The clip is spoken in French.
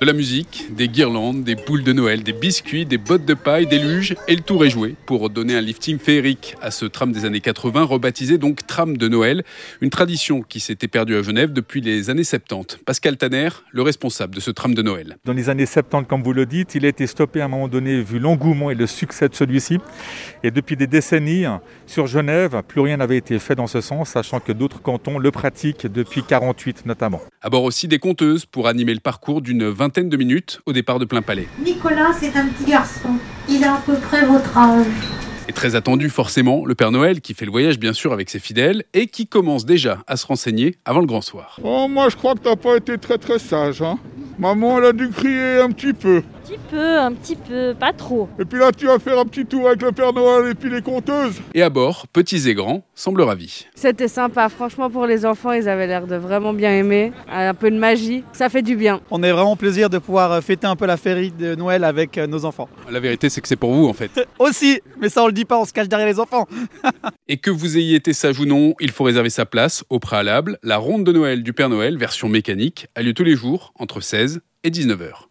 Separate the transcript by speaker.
Speaker 1: De la musique, des guirlandes, des boules de Noël, des biscuits, des bottes de paille, des luges, et le tour est joué pour donner un lifting féerique à ce tram des années 80, rebaptisé donc tram de Noël, une tradition qui s'était perdue à Genève depuis les années 70. Pascal Tanner, le responsable de ce tram de Noël.
Speaker 2: Dans les années 70, comme vous le dites, il a été stoppé à un moment donné vu l'engouement et le succès de celui-ci. Et depuis des décennies, sur Genève, plus rien n'avait été fait dans ce sens, sachant que d'autres cantons le pratiquent depuis 48 notamment.
Speaker 1: À bord aussi des conteuses pour animer le parcours d'une vingtaine de minutes au départ de Plein Palais.
Speaker 3: Nicolas, c'est un petit garçon. Il a à peu près votre âge.
Speaker 1: Et très attendu forcément, le Père Noël qui fait le voyage bien sûr avec ses fidèles et qui commence déjà à se renseigner avant le grand soir.
Speaker 4: Oh, moi je crois que t'as pas été très très sage. Hein Maman, elle a dû crier un petit peu.
Speaker 5: Un petit peu, un petit peu, pas trop.
Speaker 4: Et puis là, tu vas faire un petit tour avec le Père Noël et puis les conteuses.
Speaker 1: Et à bord, petits et grands semblent ravis.
Speaker 6: C'était sympa, franchement, pour les enfants, ils avaient l'air de vraiment bien aimer. Un peu de magie, ça fait du bien.
Speaker 7: On est vraiment plaisir de pouvoir fêter un peu la féerie de Noël avec euh, nos enfants.
Speaker 1: La vérité, c'est que c'est pour vous en fait.
Speaker 7: Aussi, mais ça on le dit pas, on se cache derrière les enfants.
Speaker 1: et que vous ayez été sage ou non, il faut réserver sa place au préalable. La ronde de Noël du Père Noël, version mécanique, a lieu tous les jours entre 16 et 19h.